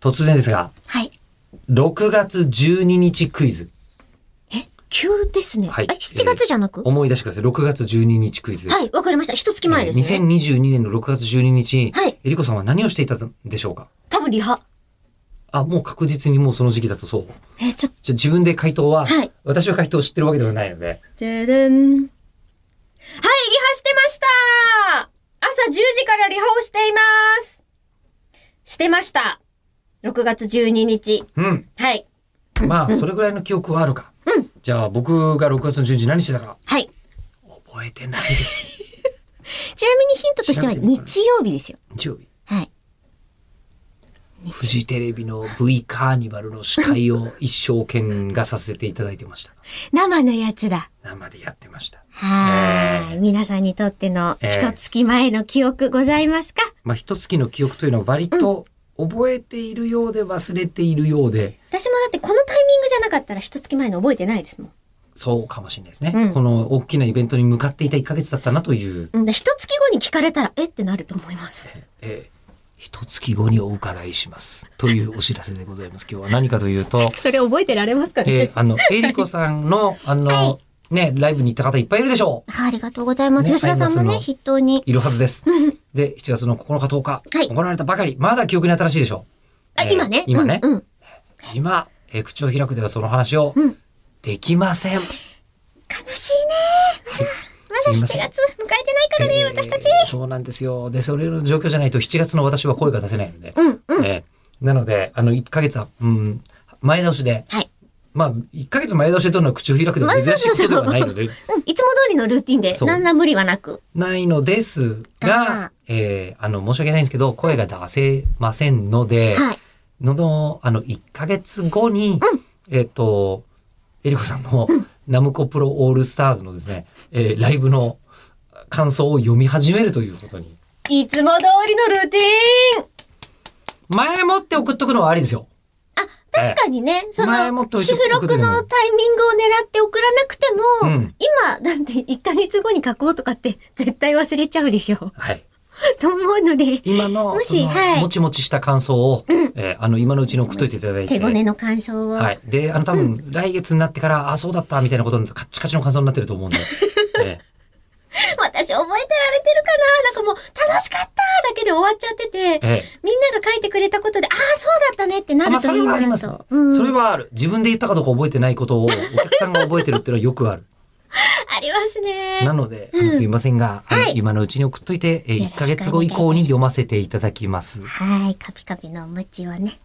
突然ですが、はい。 6月12日クイズ。え、急ですね。はいえ、7月じゃなく、思い出してください。6月12日クイズです。はい、わかりました。一月前ですね。 2022年の6月12日、はいえりこさんは何をしていたんでしょうか多分リハ。あ、もう確実にもうその時期だとそう。え、ちょっと、ちょ自分で回答は、はい私は回答を知ってるわけではないので、ででん。はい、リハしてました朝10時からリハをしていますしてました。6月12日。うん。はい。まあ、それぐらいの記憶はあるか。じゃあ、僕が6月の12日何してたか、はい。覚えてないです。ちなみにヒントとしては調べてみたら日曜 日ですよ。日曜日。はい。フジテレビの V カーニバルの司会を一生懸命がさせていただいてました。生のやつだ。生でやってました。はーい、え皆さんにとってのえー一月前の記憶ございますか、まあ、一月の記憶というのは割と覚えているようで忘れているようで、私もだってこのタイミングじゃなかったら一月前の覚えてないですもん。そうかもしれないですね。うんこの大きなイベントに向かっていた1ヶ月だったなという、うん、一月後に聞かれたら、えってなると思います。えー一月後にお伺いします。というお知らせでございます。今日は何かというと、 それ覚えてられますか えーあの、えりこさん の、あの、はね、ライブに行った方いっぱいいるでしょうはいありがとうございます。ね吉田さんもアイマね、スの筆頭に。いるはずです。で、7月の9日10日、はい行われたばかり、まだ記憶に新しいでしょう。あ、えー今ね。今ね。うん、うん。今、えー口を開くではその話をうんできません。悲しいね。すいままだ、まだ7月迎えてせんないからね、えー私たち。そうなんですよ。で、それの状況じゃないと7月の私は声が出せないので。うん、うん。えーなので、あの、1ヶ月は、うん、前倒しで。はいまあ、1ヶ月前倒しでとるのは口を開くでは珍しいことではないので、うん、いつも通りのルーティンで、そう何ら無理はなく。ないのですがが、えーあの、申し訳ないんですけど、声が出せませんので、はい。のの、あの、1ヶ月後に、えっ、と、えりこさんの、ナムコプロオールスターズのですね、えーライブの感想を読み始めるということに。いつも通りのルーティン前もって送っとくのはありですよ。あ、確かにね、そ前ものっ、といて収おくこと録でものタイミングを狙って送らなくても、うん今、だって1ヶ月後に書こうとかって絶対忘れちゃうでしょ。 はい。と思うので、今の、もしそのはいもちもちした感想を、えーあの、今のうちに送っといていただいて。手ごねの感想を。はい。で、あの、多分、来月になってから、あ、そうだった、みたいなことになってカッチカチの感想になってると思うん で。え私覚えてられてるかななんかもう、楽しかっただけで終わっちゃってえて、ええみんなが書いてくれたことで、ああ、そうだったねってなあまるあ、そとれいいはありなます、と。うんそれはある。自分で言ったかどうか覚えてないことを、お客さんが覚えてるっていうのはよくあ る。ありますね。なので、あのすいませんが、あの今のうちに送っといて、えーよろし1くヶ月後以降に読ませていただきます。はい、カピカピのお餅をね、